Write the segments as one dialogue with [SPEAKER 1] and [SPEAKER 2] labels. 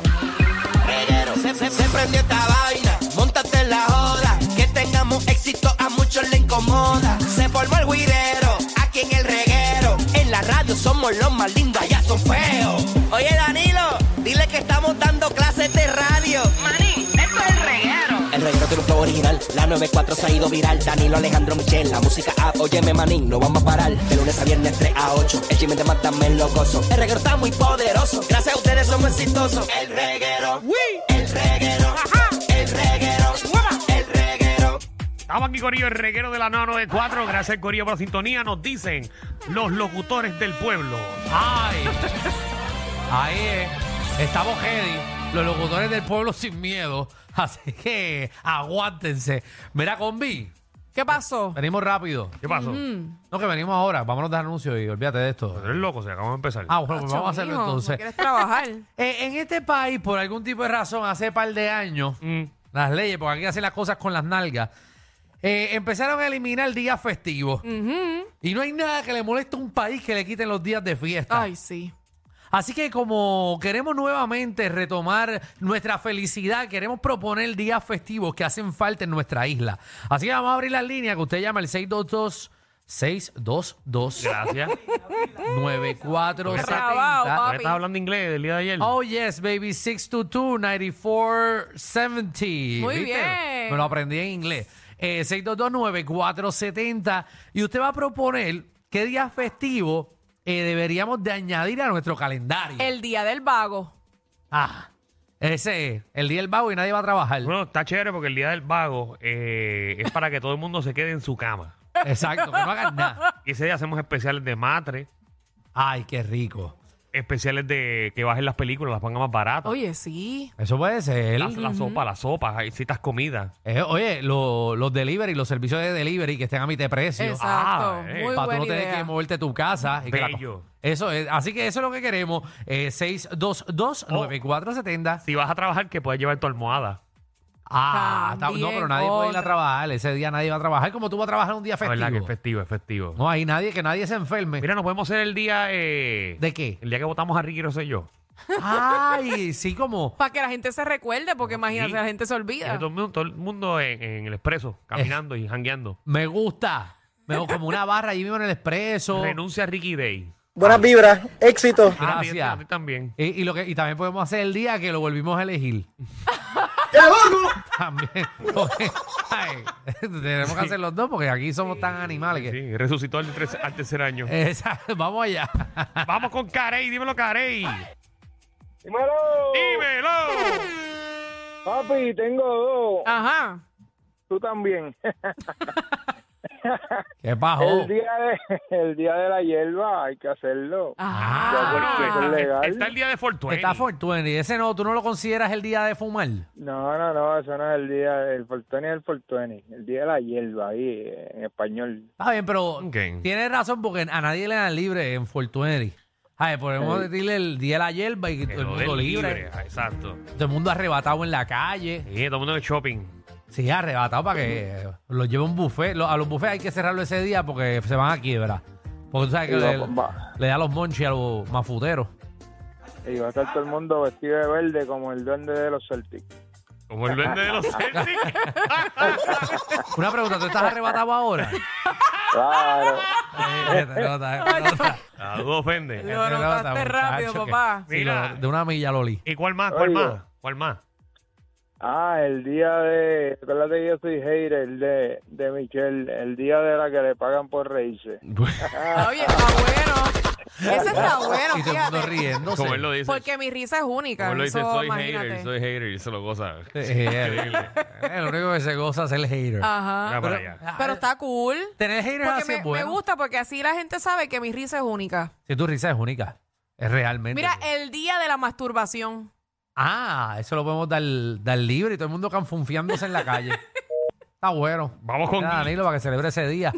[SPEAKER 1] reguero. Se, se, se prendió esta vaina, montate en la joda. Que tengamos éxito a muchos le incomoda. Se formó el guirero, aquí en el reguero. En la radio somos los más lindos, allá son feos. Oye Danilo, dile que estamos dando clases de radio. Maní, esto es el reguero. El reguero tiene un flow original, la 94 se ha ido viral. Danilo Alejandro Michel, la música A. Óyeme manín, no vamos a parar. De lunes a viernes 3 a 8, el chisme de Mátame lo gozo. El reguero está muy poderoso, gracias a ustedes somos exitosos. El reguero. El reguero, el reguero, el reguero.
[SPEAKER 2] Estamos aquí, Corillo, el reguero de la 994. Gracias, Corillo, por la sintonía. Nos dicen los locutores del pueblo.
[SPEAKER 3] Ay, ahí es. Estamos ready. Los locutores del pueblo sin miedo. Así que aguántense. Mira, combi.
[SPEAKER 4] ¿Qué pasó? Mm.
[SPEAKER 3] Venimos rápido.
[SPEAKER 2] ¿Qué pasó?
[SPEAKER 3] No, que venimos ahora. Vámonos de anuncio y olvídate de esto.
[SPEAKER 2] Tú eres loco, se acabamos de empezar.
[SPEAKER 3] Ah, bueno, pues vamos a hacerlo
[SPEAKER 4] Mijo,
[SPEAKER 3] entonces.
[SPEAKER 4] ¿No quieres trabajar?
[SPEAKER 3] Eh, en este país, por algún tipo de razón, hace par de años, las leyes, porque aquí hacen las cosas con las nalgas, eh, empezaron a eliminar días festivos. Y no hay nada que le moleste a un país que le quiten los días de fiesta.
[SPEAKER 4] Ay, sí.
[SPEAKER 3] Así que como queremos nuevamente retomar nuestra felicidad, queremos proponer días festivos que hacen falta en nuestra isla. Así que vamos a abrir la línea que usted llama el 622 622
[SPEAKER 2] Gracias.
[SPEAKER 3] 9470.
[SPEAKER 4] Bravo.
[SPEAKER 2] ¿Por qué estás hablando inglés del día de ayer?
[SPEAKER 3] Oh yes, baby, 622-9470.
[SPEAKER 4] Muy
[SPEAKER 3] ¿Viste?
[SPEAKER 4] bien.
[SPEAKER 3] Me lo aprendí en inglés. Eh, 622-9470. Y usted va a proponer qué día festivo eh, deberíamos de añadir a nuestro calendario.
[SPEAKER 4] El día del vago.
[SPEAKER 3] Ah, ese es el día del vago y nadie va a trabajar.
[SPEAKER 2] Bueno, está chévere porque el día del vago eh, es para que todo el mundo se quede en su cama.
[SPEAKER 3] Exacto, que no hagan nada.
[SPEAKER 2] Y ese día hacemos especiales de matre,
[SPEAKER 3] Ay, qué rico.
[SPEAKER 2] especiales de que bajen las películas, las pongan más
[SPEAKER 3] Ah.
[SPEAKER 2] baratas.
[SPEAKER 4] Oye, sí.
[SPEAKER 3] Eso puede ser.
[SPEAKER 2] La, la sopa, la sopa, hay citas comidas.
[SPEAKER 3] Eh, oye, lo- los delivery, los servicios de delivery que estén a mitad de precio.
[SPEAKER 4] Exacto.
[SPEAKER 2] Ah, eh,
[SPEAKER 4] Muy
[SPEAKER 3] para tú
[SPEAKER 4] buena
[SPEAKER 3] no tener
[SPEAKER 4] idea.
[SPEAKER 3] que moverte a tu casa. y que la-
[SPEAKER 2] Bello.
[SPEAKER 3] eso es, así que eso es lo que queremos. Eh, 622-9470.
[SPEAKER 2] Si vas a trabajar, que puedas llevar tu almohada.
[SPEAKER 3] Ah, está- no,
[SPEAKER 4] También
[SPEAKER 3] pero nadie puede ir a
[SPEAKER 4] otra.
[SPEAKER 3] trabajar. Ese día nadie va a trabajar. Como tú vas a trabajar un día
[SPEAKER 2] La
[SPEAKER 3] festivo.
[SPEAKER 2] verdad que es festivo, es festivo.
[SPEAKER 3] no hay nadie, que nadie se enferme.
[SPEAKER 2] Mira, nos podemos hacer el día... eh,
[SPEAKER 3] ¿De qué?
[SPEAKER 2] El día que votamos a Ricky Rosselló.
[SPEAKER 3] Ay, sí, como.
[SPEAKER 4] Para que la gente se recuerde, porque imagínate,
[SPEAKER 2] Sí.
[SPEAKER 4] la gente se
[SPEAKER 2] Que
[SPEAKER 4] olvida.
[SPEAKER 2] Todo el mundo, todo el mundo en, en el expreso, caminando y jangueando.
[SPEAKER 3] Me gusta. Me como una barra allí mismo en el expreso.
[SPEAKER 2] Renuncia a Ricky Day.
[SPEAKER 5] Buenas vibras, éxito.
[SPEAKER 2] A ti, a ti,
[SPEAKER 3] Gracias.
[SPEAKER 2] a ti también.
[SPEAKER 3] Y, y lo que, y también podemos hacer el día que lo volvimos a elegir. también. porque, ay, tenemos que hacer los dos porque aquí somos tan animales que.
[SPEAKER 2] Sí, resucitó al, tres- al tercer año.
[SPEAKER 3] Exacto, vamos allá.
[SPEAKER 2] Vamos con Carey, dímelo Carey.
[SPEAKER 6] Dímelo.
[SPEAKER 2] Dímelo.
[SPEAKER 3] Ah.
[SPEAKER 6] Papi, tengo dos.
[SPEAKER 4] Ajá.
[SPEAKER 6] Tú también.
[SPEAKER 3] ¿Qué pasó?
[SPEAKER 6] El, día de, el día de la hierba hay que hacerlo.
[SPEAKER 4] Ajá.
[SPEAKER 6] bueno, pues, legal.
[SPEAKER 2] Está el día de Fortune.
[SPEAKER 3] Ah, Está Fortuny. Ese no, tú no lo consideras el día de fumar.
[SPEAKER 6] No, no, no, eso no es el día del Fortuny, el Fortuny. El día de la hierba, ahí, en español.
[SPEAKER 3] Está bien, pero
[SPEAKER 2] Ok.
[SPEAKER 3] tienes razón porque a nadie le dan libre en Fortuny. Ay, podemos decirle el día de la hierba y
[SPEAKER 2] Que
[SPEAKER 3] todo el
[SPEAKER 2] lo den
[SPEAKER 3] mundo libre.
[SPEAKER 2] Ah, Exacto.
[SPEAKER 3] Todo el mundo arrebatado en la calle.
[SPEAKER 2] Sí, todo el mundo en el shopping.
[SPEAKER 3] Sí, arrebatado para que los lleve a un buffet. Lo- A los buffets hay que cerrarlo ese día porque se van a quiebra. Porque tú sabes que
[SPEAKER 6] Y
[SPEAKER 3] le,
[SPEAKER 6] va- va.
[SPEAKER 3] le da los monchis a los mafuteros.
[SPEAKER 6] Y va a estar todo el mundo vestido de verde como el duende de los Celtics.
[SPEAKER 2] Como el duende de los Celtics.
[SPEAKER 3] Una pregunta, ¿tú estás arrebatado ahora?
[SPEAKER 6] Claro.
[SPEAKER 3] Eh, te nota, te nota.
[SPEAKER 2] Ah, tú ofende.
[SPEAKER 4] Lo
[SPEAKER 3] Te
[SPEAKER 4] notaste
[SPEAKER 3] nota,
[SPEAKER 4] rápido,
[SPEAKER 3] muchacho, que-
[SPEAKER 4] papá.
[SPEAKER 3] Sí, lo-
[SPEAKER 2] Mira.
[SPEAKER 3] de una milla Loli.
[SPEAKER 2] ¿Y cuál más? ¿Cuál
[SPEAKER 6] Oigo.
[SPEAKER 2] más? ¿Cuál más?
[SPEAKER 6] Ah, el día de. Acuérdate que yo soy hater el de, de Michelle. El día de la que le pagan por reírse.
[SPEAKER 4] Ah, Oye, está bueno. Eso está bueno,
[SPEAKER 3] y todo el mundo
[SPEAKER 4] fíjate.
[SPEAKER 3] riéndose.
[SPEAKER 2] Como él lo dice.
[SPEAKER 4] Porque mi risa es única.
[SPEAKER 2] como él lo dice,
[SPEAKER 4] eso,
[SPEAKER 2] soy
[SPEAKER 4] imagínate.
[SPEAKER 2] hater, soy hater y se lo goza.
[SPEAKER 3] Eh, eh, lo único que se goza es el hater.
[SPEAKER 4] Ajá.
[SPEAKER 2] Mira para allá.
[SPEAKER 4] Ah, Pero está cool.
[SPEAKER 3] Tener haters
[SPEAKER 4] Porque
[SPEAKER 3] así
[SPEAKER 4] me,
[SPEAKER 3] es
[SPEAKER 4] me
[SPEAKER 3] bueno.
[SPEAKER 4] gusta porque así la gente sabe que mi risa es única.
[SPEAKER 3] Si tu risa es única. Es realmente.
[SPEAKER 4] Mira, eh- el día de la masturbación.
[SPEAKER 3] Ah, eso lo podemos dar, dar libre y todo el mundo canfunfiándose en la calle. Está bueno.
[SPEAKER 2] Vamos con-
[SPEAKER 3] Mira, Danilo para que celebre ese día.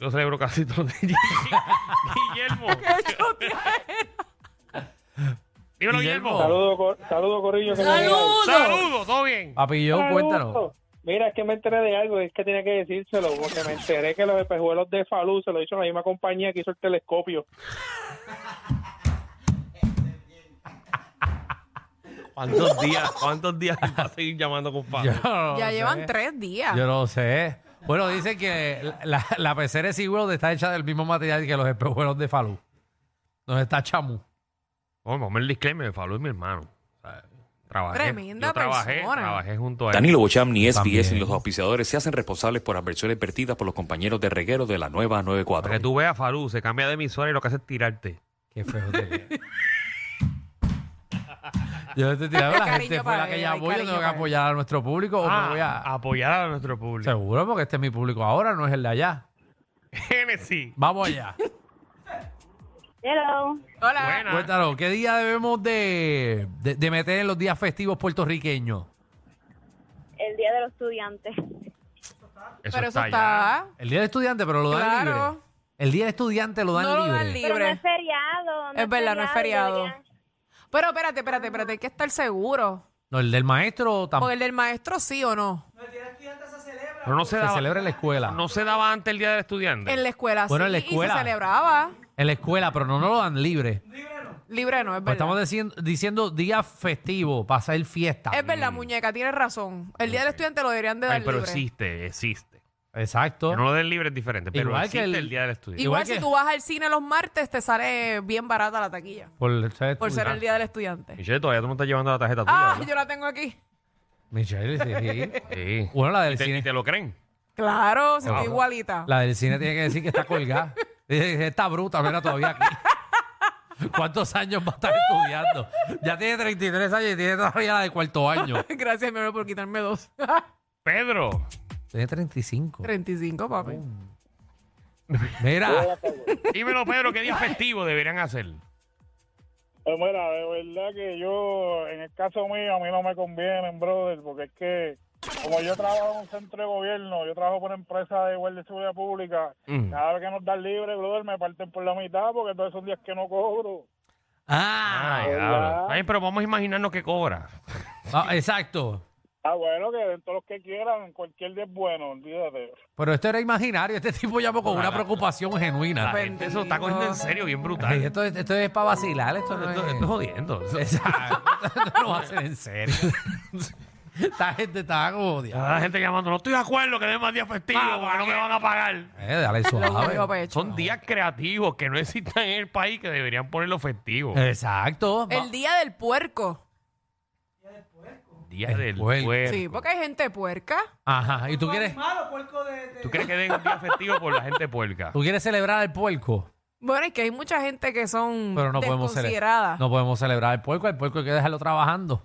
[SPEAKER 2] Yo celebro casi todo el día. Guillermo. Dímelo, Guillermo.
[SPEAKER 3] Guillermo.
[SPEAKER 6] Saludos, Cor- saludos Corrillo. que me
[SPEAKER 2] Saludos, todo bien.
[SPEAKER 3] Papi, yo,
[SPEAKER 6] Saludos.
[SPEAKER 3] cuéntanos.
[SPEAKER 6] Mira, es que me enteré de algo, es que tenía que decírselo, porque me enteré que los espejuelos de Falú se lo hizo la misma compañía que hizo el telescopio.
[SPEAKER 2] ¿Cuántos días, cuántos días va a seguir llamando, compadre?
[SPEAKER 3] no
[SPEAKER 4] ya
[SPEAKER 3] sé.
[SPEAKER 4] llevan tres días.
[SPEAKER 3] Yo no sé. Bueno, dicen que la, la pecera de SeaWorld está hecha del mismo material que los espejuelos de Falú. Nos está chamu.
[SPEAKER 2] Vamos, vamos el disclaimer de Falú es mi hermano. O sea, Trabajé,
[SPEAKER 4] Tremenda
[SPEAKER 2] yo trabajé,
[SPEAKER 4] persona.
[SPEAKER 2] trabajé junto a él.
[SPEAKER 7] Danilo Bocham, ni SBS,
[SPEAKER 3] También.
[SPEAKER 7] ni los auspiciadores se hacen responsables por adversiones vertidas por los compañeros de reguero de la nueva
[SPEAKER 2] Para que
[SPEAKER 7] 94.
[SPEAKER 2] tú veas, Falú se cambia de emisora y lo que hace es tirarte.
[SPEAKER 3] Qué feo te Yo te tiraba la
[SPEAKER 4] Cariño
[SPEAKER 3] gente fue
[SPEAKER 4] para
[SPEAKER 3] la que
[SPEAKER 4] él, hay
[SPEAKER 3] llamó. Yo
[SPEAKER 4] cariño
[SPEAKER 3] tengo que
[SPEAKER 4] para él.
[SPEAKER 3] apoyar a nuestro público o me Oh, voy a.
[SPEAKER 2] Ah, apoyar a nuestro público.
[SPEAKER 3] Seguro, porque este es mi público ahora, no es el de allá.
[SPEAKER 2] Genesis.
[SPEAKER 3] Vamos allá.
[SPEAKER 8] Hello.
[SPEAKER 4] Hola.
[SPEAKER 2] Buena.
[SPEAKER 3] Cuéntanos, ¿qué día debemos de, de- de meter en los días festivos puertorriqueños?
[SPEAKER 8] El Día de los Estudiantes.
[SPEAKER 2] Eso
[SPEAKER 4] Pero eso
[SPEAKER 2] está
[SPEAKER 4] está.
[SPEAKER 2] allá.
[SPEAKER 3] El día del estudiante, pero lo dan
[SPEAKER 4] Claro.
[SPEAKER 3] libre. El día del estudiante lo dan
[SPEAKER 4] No lo
[SPEAKER 3] libre.
[SPEAKER 4] dan libre.
[SPEAKER 8] Pero no es feriado.
[SPEAKER 4] Es verdad, no es feriado.
[SPEAKER 8] deberían-
[SPEAKER 4] Pero espérate, espérate, espérate. Hay que estar seguro.
[SPEAKER 3] No, el del maestro
[SPEAKER 4] Porque
[SPEAKER 3] tampoco.
[SPEAKER 4] el del maestro sí o no.
[SPEAKER 2] Pero no se,
[SPEAKER 3] Se
[SPEAKER 2] daba,
[SPEAKER 3] celebra en la escuela.
[SPEAKER 2] no se daba antes el día del estudiante.
[SPEAKER 4] En la escuela
[SPEAKER 3] Bueno,
[SPEAKER 4] sí.
[SPEAKER 3] en la escuela.
[SPEAKER 4] Y se celebraba.
[SPEAKER 3] En la escuela, pero no, no lo dan libre.
[SPEAKER 4] Libre no, es
[SPEAKER 3] Pues
[SPEAKER 4] verdad.
[SPEAKER 3] estamos diciendo, diciendo día festivo, pasar fiesta.
[SPEAKER 4] Es verdad, muñeca, tienes razón. El día del estudiante lo deberían de
[SPEAKER 2] Ay,
[SPEAKER 4] dar
[SPEAKER 2] pero
[SPEAKER 4] libre.
[SPEAKER 2] existe, existe.
[SPEAKER 3] Exacto.
[SPEAKER 2] Que no lo den libre es diferente, pero
[SPEAKER 3] Igual que
[SPEAKER 2] existe el...
[SPEAKER 3] el
[SPEAKER 2] día del estudiante.
[SPEAKER 4] Igual,
[SPEAKER 3] Igual
[SPEAKER 4] si
[SPEAKER 3] que-
[SPEAKER 4] tú vas al cine los martes, te sale bien barata la taquilla.
[SPEAKER 3] Por ser,
[SPEAKER 4] Por ser el día del estudiante.
[SPEAKER 2] Michelle, todavía tú no estás llevando la tarjeta tuya.
[SPEAKER 4] Ah,
[SPEAKER 2] ¿verdad?
[SPEAKER 4] yo la tengo aquí.
[SPEAKER 3] Michelle, sí, sí.
[SPEAKER 2] Sí.
[SPEAKER 3] Bueno, la del
[SPEAKER 2] Y te, y
[SPEAKER 3] cine.
[SPEAKER 2] te lo creen.
[SPEAKER 4] Claro, si
[SPEAKER 3] No.
[SPEAKER 4] estoy igualita.
[SPEAKER 3] Ah. La del cine tiene que decir que está colgada. Dice, Esta bruta, mira, todavía aquí. ¿Cuántos años va a estar estudiando? Ya tiene 33 años y tiene todavía la de cuarto año.
[SPEAKER 4] Gracias, mi amor, por quitarme dos.
[SPEAKER 3] Oh.
[SPEAKER 2] Pedro.
[SPEAKER 3] Tiene 35.
[SPEAKER 4] 35, papi.
[SPEAKER 3] Mira,
[SPEAKER 2] Dímelo, Pedro, ¿qué día festivo deberían hacer?
[SPEAKER 6] Pues mira, de verdad que yo, en el caso mío, a mí no me convienen, brother, porque es que como yo trabajo en un centro de gobierno, yo trabajo por empresa de guardia de seguridad pública,
[SPEAKER 2] Mm.
[SPEAKER 6] cada vez que nos dan libre, brother, me parten por la mitad porque todos esos días que no cobro.
[SPEAKER 3] Ah,
[SPEAKER 2] Ay, diablo. Ay, pero vamos a imaginarnos que cobra.
[SPEAKER 3] ah, exacto.
[SPEAKER 6] Ah, bueno, que den todos los que quieran, cualquier día es bueno, olvídate.
[SPEAKER 3] Pero esto era imaginario. Este tipo llamó con una preocupación genuina.
[SPEAKER 4] Bendito.
[SPEAKER 2] Eso está cogiendo en serio, bien brutal.
[SPEAKER 3] Ay,
[SPEAKER 2] Esto,
[SPEAKER 3] esto, es- esto es para vacilar. Esto no
[SPEAKER 2] esto es
[SPEAKER 3] es.
[SPEAKER 2] jodiendo. Eso-
[SPEAKER 3] Exacto. Esto no lo va a hacer en serio. Esta gente está como odiada.
[SPEAKER 2] Ah, la gente llamando, no estoy de acuerdo que den más días festivos porque no me van a pagar.
[SPEAKER 3] Eh, dale
[SPEAKER 4] Lo digo, pues,
[SPEAKER 3] suave.
[SPEAKER 4] pecho.
[SPEAKER 2] Son días creativos que no existen en el país que deberían ponerlo festivo.
[SPEAKER 3] Eh, Exacto.
[SPEAKER 4] El día del puerco.
[SPEAKER 2] Día
[SPEAKER 3] el
[SPEAKER 2] del
[SPEAKER 3] puerco.
[SPEAKER 2] puerco.
[SPEAKER 4] Sí, porque hay gente puerca.
[SPEAKER 3] Ajá. ¿Y tú quieres,
[SPEAKER 2] ¿Tú crees que den un día festivo por la gente puerca?
[SPEAKER 3] tú quieres celebrar el puerco?
[SPEAKER 4] Bueno, es que hay mucha gente que son
[SPEAKER 3] Pero no podemos, celebrar
[SPEAKER 2] Ah.
[SPEAKER 4] desconsideradas.
[SPEAKER 3] no podemos celebrar el puerco. El puerco hay que dejarlo trabajando.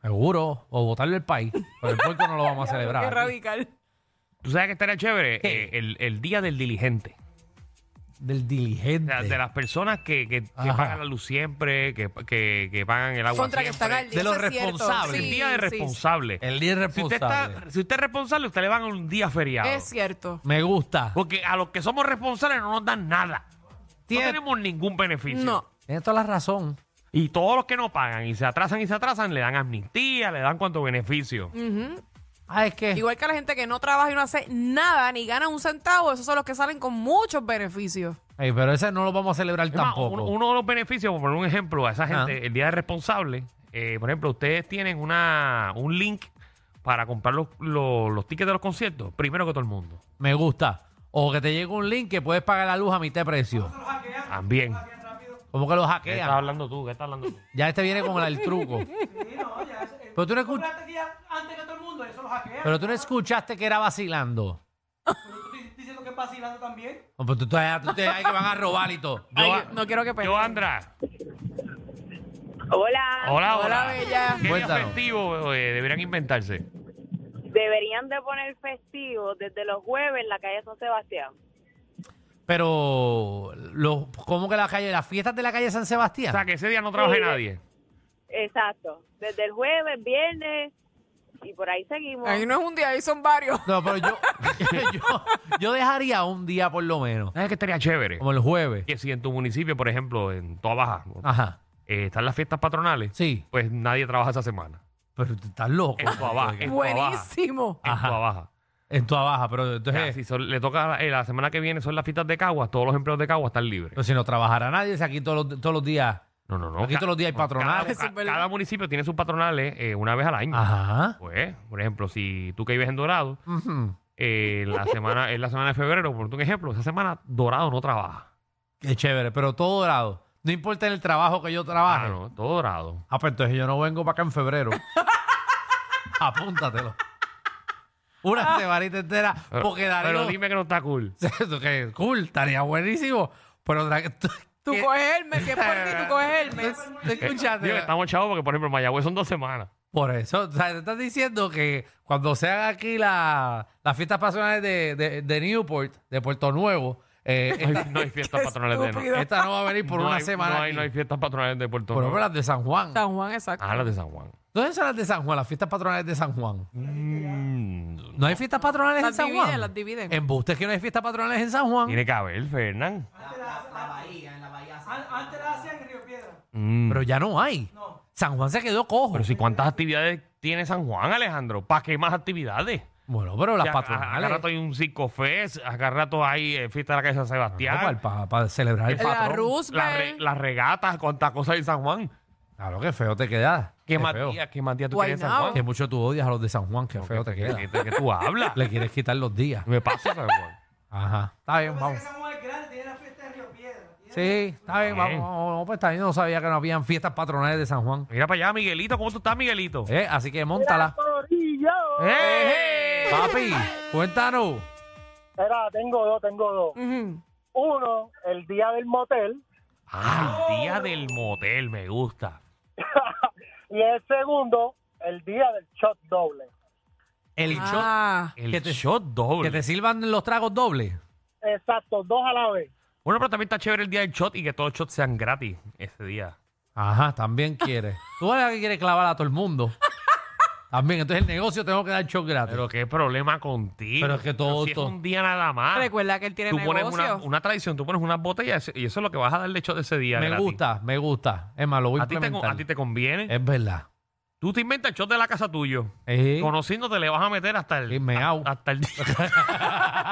[SPEAKER 3] Seguro. O votarlo del país. Pero el puerco no lo vamos a
[SPEAKER 4] Qué
[SPEAKER 3] celebrar. aquí.
[SPEAKER 4] radical.
[SPEAKER 2] ¿Tú sabes que estaría chévere?
[SPEAKER 3] ¿Qué?
[SPEAKER 2] Eh, el, el día del diligente.
[SPEAKER 3] Del
[SPEAKER 2] O
[SPEAKER 3] diligente.
[SPEAKER 2] sea, de las personas que, que- que
[SPEAKER 3] Ajá.
[SPEAKER 2] pagan la luz siempre, que, que- que pagan el agua
[SPEAKER 4] Contra que
[SPEAKER 2] siempre.
[SPEAKER 4] están al día.
[SPEAKER 3] De los
[SPEAKER 4] eso es cierto.
[SPEAKER 3] responsables.
[SPEAKER 4] Sí,
[SPEAKER 2] el día de
[SPEAKER 4] sí, sí.
[SPEAKER 2] responsable.
[SPEAKER 3] El día
[SPEAKER 2] Si usted,
[SPEAKER 3] irresponsable.
[SPEAKER 2] está, si usted es responsable, usted le van a un día feriado.
[SPEAKER 4] Es cierto.
[SPEAKER 3] Me gusta.
[SPEAKER 2] Porque a los que somos responsables no nos dan nada.
[SPEAKER 3] Tien-
[SPEAKER 2] No tenemos ningún beneficio.
[SPEAKER 4] No.
[SPEAKER 3] Tienes toda la razón.
[SPEAKER 2] Y todos los que no pagan y se atrasan y se atrasan, le dan amnistía, le dan cuanto beneficio.
[SPEAKER 4] Mm.
[SPEAKER 3] Ah, es que.
[SPEAKER 4] Igual que la gente que no trabaja y no hace nada ni gana un centavo, esos son los que salen con muchos beneficios.
[SPEAKER 3] Ey, pero ese no lo vamos a celebrar
[SPEAKER 2] Es más,
[SPEAKER 3] tampoco.
[SPEAKER 2] uno, uno de los beneficios, por poner un ejemplo, a esa gente, el día de responsable, eh, por ejemplo, ustedes tienen una, un link para comprar los, los, los tickets de los conciertos, primero que todo el mundo.
[SPEAKER 3] Me gusta. O que te llegue un link que puedes pagar la luz a mitad de precio.
[SPEAKER 2] También.
[SPEAKER 3] Como que lo
[SPEAKER 2] ¿Qué estás
[SPEAKER 3] hackean.
[SPEAKER 2] hablando tú? ¿Qué estás hablando tú?
[SPEAKER 3] Ya este viene con el truco. Pero tú no escuch-
[SPEAKER 9] Compraste guía antes que todo el mundo, eso lo hackearon.
[SPEAKER 3] Pero tú no escuchaste que era vacilando.
[SPEAKER 9] Estoy diciendo que es vacilando también.
[SPEAKER 3] No, pues tú, tú, tú te- ay, que van a robar y todo.
[SPEAKER 4] no quiero que
[SPEAKER 2] Yo, Andra.
[SPEAKER 8] Hola.
[SPEAKER 2] Hola, hola.
[SPEAKER 8] bella.
[SPEAKER 2] ¿Qué día
[SPEAKER 3] Cuéntanos.
[SPEAKER 2] festivo eh, deberían inventarse?
[SPEAKER 8] Deberían de poner festivo desde los jueves en la calle San Sebastián.
[SPEAKER 3] Pero, los, ¿cómo que la calle? ¿Las fiestas de la calle San Sebastián?
[SPEAKER 2] O sea, que ese día no trabaje nadie.
[SPEAKER 8] Exacto. Desde el jueves, viernes y por ahí seguimos.
[SPEAKER 4] Ahí no es un día, ahí son varios.
[SPEAKER 3] No, pero yo, yo, yo dejaría un día por lo menos,
[SPEAKER 2] ¿Sabes que estaría chévere?
[SPEAKER 3] como el jueves.
[SPEAKER 2] Que si en tu municipio, por ejemplo, en Toa Baja, ¿no?
[SPEAKER 3] Ajá,
[SPEAKER 2] eh, están las fiestas patronales,
[SPEAKER 3] Ah. sí.
[SPEAKER 2] pues nadie trabaja esa semana.
[SPEAKER 3] Pero tú estás loco.
[SPEAKER 2] En Toa Baja. En Toa Baja.
[SPEAKER 4] Buenísimo.
[SPEAKER 2] En
[SPEAKER 3] Ajá.
[SPEAKER 2] Toa Baja.
[SPEAKER 3] En tu abaja, pero
[SPEAKER 2] O
[SPEAKER 3] entonces...
[SPEAKER 2] sea, si son- le toca eh, la semana que viene son las fiestas de Caguas, todos los empleos de Caguas están libres.
[SPEAKER 3] Pero si no trabajara nadie, si aquí todos los, todos los días.
[SPEAKER 2] No, no, no.
[SPEAKER 3] Pues, Aquí
[SPEAKER 2] Ca-
[SPEAKER 3] todos los días hay
[SPEAKER 2] no,
[SPEAKER 3] patronales. Ah.
[SPEAKER 2] Cada, ca- cada municipio tiene sus patronales eh, una vez al año.
[SPEAKER 3] Ajá.
[SPEAKER 2] Pues, por ejemplo, si tú que vives en Dorado,
[SPEAKER 3] Ujú.
[SPEAKER 2] eh, la semana, es la semana de febrero, por un ejemplo, esa semana Dorado no trabaja.
[SPEAKER 3] Qué chévere, pero todo dorado. No importa en el trabajo que yo trabaje.
[SPEAKER 2] Ah, no, todo Dorado.
[SPEAKER 3] Ah, pues entonces yo no vengo para acá en febrero. Apúntatelo.
[SPEAKER 4] Ah.
[SPEAKER 3] Una semanita entera.
[SPEAKER 2] Pero-
[SPEAKER 3] Porque Danilo...
[SPEAKER 2] Pero dime que no está cool.
[SPEAKER 3] Eso que cool, estaría buenísimo. Pero tra- tú,
[SPEAKER 4] Tú coges Hermes, si es por ti, tú coges Hermes.
[SPEAKER 3] ¿Te escuchaste?
[SPEAKER 2] Digo, Eh, estamos chavos porque, por ejemplo, en Mayagüez son dos semanas.
[SPEAKER 3] Por eso, o sea, te estás diciendo que cuando se hagan aquí la- las fiestas patronales de, de- de Newport, de Puerto Nuevo, eh,
[SPEAKER 2] No
[SPEAKER 3] esta,
[SPEAKER 2] hay, no hay fiestas patronales de no.
[SPEAKER 4] estúpido.
[SPEAKER 3] esta no va a venir por
[SPEAKER 2] No
[SPEAKER 3] una
[SPEAKER 2] hay-
[SPEAKER 3] semana.
[SPEAKER 2] No hay,
[SPEAKER 3] aquí.
[SPEAKER 2] no hay fiestas patronales de Puerto
[SPEAKER 3] por
[SPEAKER 2] Rico.
[SPEAKER 3] ejemplo, las de San Juan.
[SPEAKER 4] San Juan, exacto.
[SPEAKER 2] Ah, las de San Juan.
[SPEAKER 3] ¿Dónde son las de San Juan? Las fiestas patronales de San Juan.
[SPEAKER 2] Mm,
[SPEAKER 3] ¿No hay fiestas patronales en
[SPEAKER 4] Las
[SPEAKER 3] San
[SPEAKER 4] dividen,
[SPEAKER 3] Juan?
[SPEAKER 4] las dividen.
[SPEAKER 3] En Busta es que no hay fiestas patronales en San Juan.
[SPEAKER 2] tiene que haber, Fernán.
[SPEAKER 9] An- antes la hacían en Río Piedra.
[SPEAKER 2] Mm.
[SPEAKER 3] Pero
[SPEAKER 2] Pero,
[SPEAKER 3] ya no hay.
[SPEAKER 9] No.
[SPEAKER 3] San Juan se quedó cojo.
[SPEAKER 2] si cuántas actividades tiene San Juan, Alejandro. ¿Para qué más actividades?
[SPEAKER 3] Bueno, pero las
[SPEAKER 2] Ya, a- Acá
[SPEAKER 3] patronales.
[SPEAKER 2] rato hay un psicofest, acá rato hay eh, fiesta de la calle San Sebastián.
[SPEAKER 3] Para celebrar
[SPEAKER 2] el
[SPEAKER 3] el patrón.
[SPEAKER 4] La Roosevelt.
[SPEAKER 2] las re- las regatas, cuántas cosas hay en San Juan.
[SPEAKER 3] Claro, qué feo te queda.
[SPEAKER 2] ¿Qué
[SPEAKER 3] feo.
[SPEAKER 2] Matías? ¿Qué Matías tú quieres en San
[SPEAKER 4] Guaynabo.
[SPEAKER 2] Juan?
[SPEAKER 3] Que mucho tú odias a los de San Juan, qué feo te queda.
[SPEAKER 2] ¿Qué, qué- qué tú hablas?
[SPEAKER 3] Le quieres quitar los días.
[SPEAKER 2] Me pasa San Juan.
[SPEAKER 3] Ajá. Está bien,
[SPEAKER 9] Lo que pasa
[SPEAKER 3] vamos.
[SPEAKER 9] es que San Juan es grande, tiene la fiesta de Río Piedra. Tiene-
[SPEAKER 3] Sí, está bien, vamos. vamos, vamos, pues está bien, no sabía que no habían fiestas patronales de San Juan.
[SPEAKER 2] Mira para allá, Miguelito. ¿Cómo tú estás, Miguelito?
[SPEAKER 3] Eh, así que montala.
[SPEAKER 2] ¡Eh, eh!
[SPEAKER 3] Papi, cuéntanos.
[SPEAKER 6] Era, tengo dos, tengo dos.
[SPEAKER 4] Ujú.
[SPEAKER 6] Uno, el día del motel.
[SPEAKER 2] Ah, el día del motel, me gusta.
[SPEAKER 6] Y el segundo, el día del shot doble.
[SPEAKER 3] El shot.
[SPEAKER 4] Ah,
[SPEAKER 2] El
[SPEAKER 3] Que te-
[SPEAKER 2] shot doble.
[SPEAKER 3] Que te sirvan los tragos dobles.
[SPEAKER 6] Exacto, dos a la vez.
[SPEAKER 2] Bueno, pero también está chévere el día del shot y que todos los shots sean gratis ese día.
[SPEAKER 3] Ajá, también quieres. Tú eres la que quiere clavar a todo el mundo. También, entonces el negocio tengo que dar shot gratis.
[SPEAKER 2] Pero qué problema contigo.
[SPEAKER 3] Pero es que todo-
[SPEAKER 2] si es
[SPEAKER 3] todo-
[SPEAKER 2] un día nada más.
[SPEAKER 4] recuerda que él tiene
[SPEAKER 2] Tú pones una,
[SPEAKER 4] negocio.
[SPEAKER 2] una tradición, tú pones unas botellas y eso es lo que vas a darle shot ese día.
[SPEAKER 3] me
[SPEAKER 2] gratis.
[SPEAKER 3] gusta, me gusta. Es más, lo voy a
[SPEAKER 2] A ti, te,
[SPEAKER 3] implementar. Eh,
[SPEAKER 2] a ti te conviene.
[SPEAKER 3] Es verdad.
[SPEAKER 2] Tú te inventas el shot de la casa tuyo.
[SPEAKER 3] Eh,
[SPEAKER 2] Conociéndote le vas a meter hasta el...
[SPEAKER 3] Y meao.
[SPEAKER 2] Hasta el día.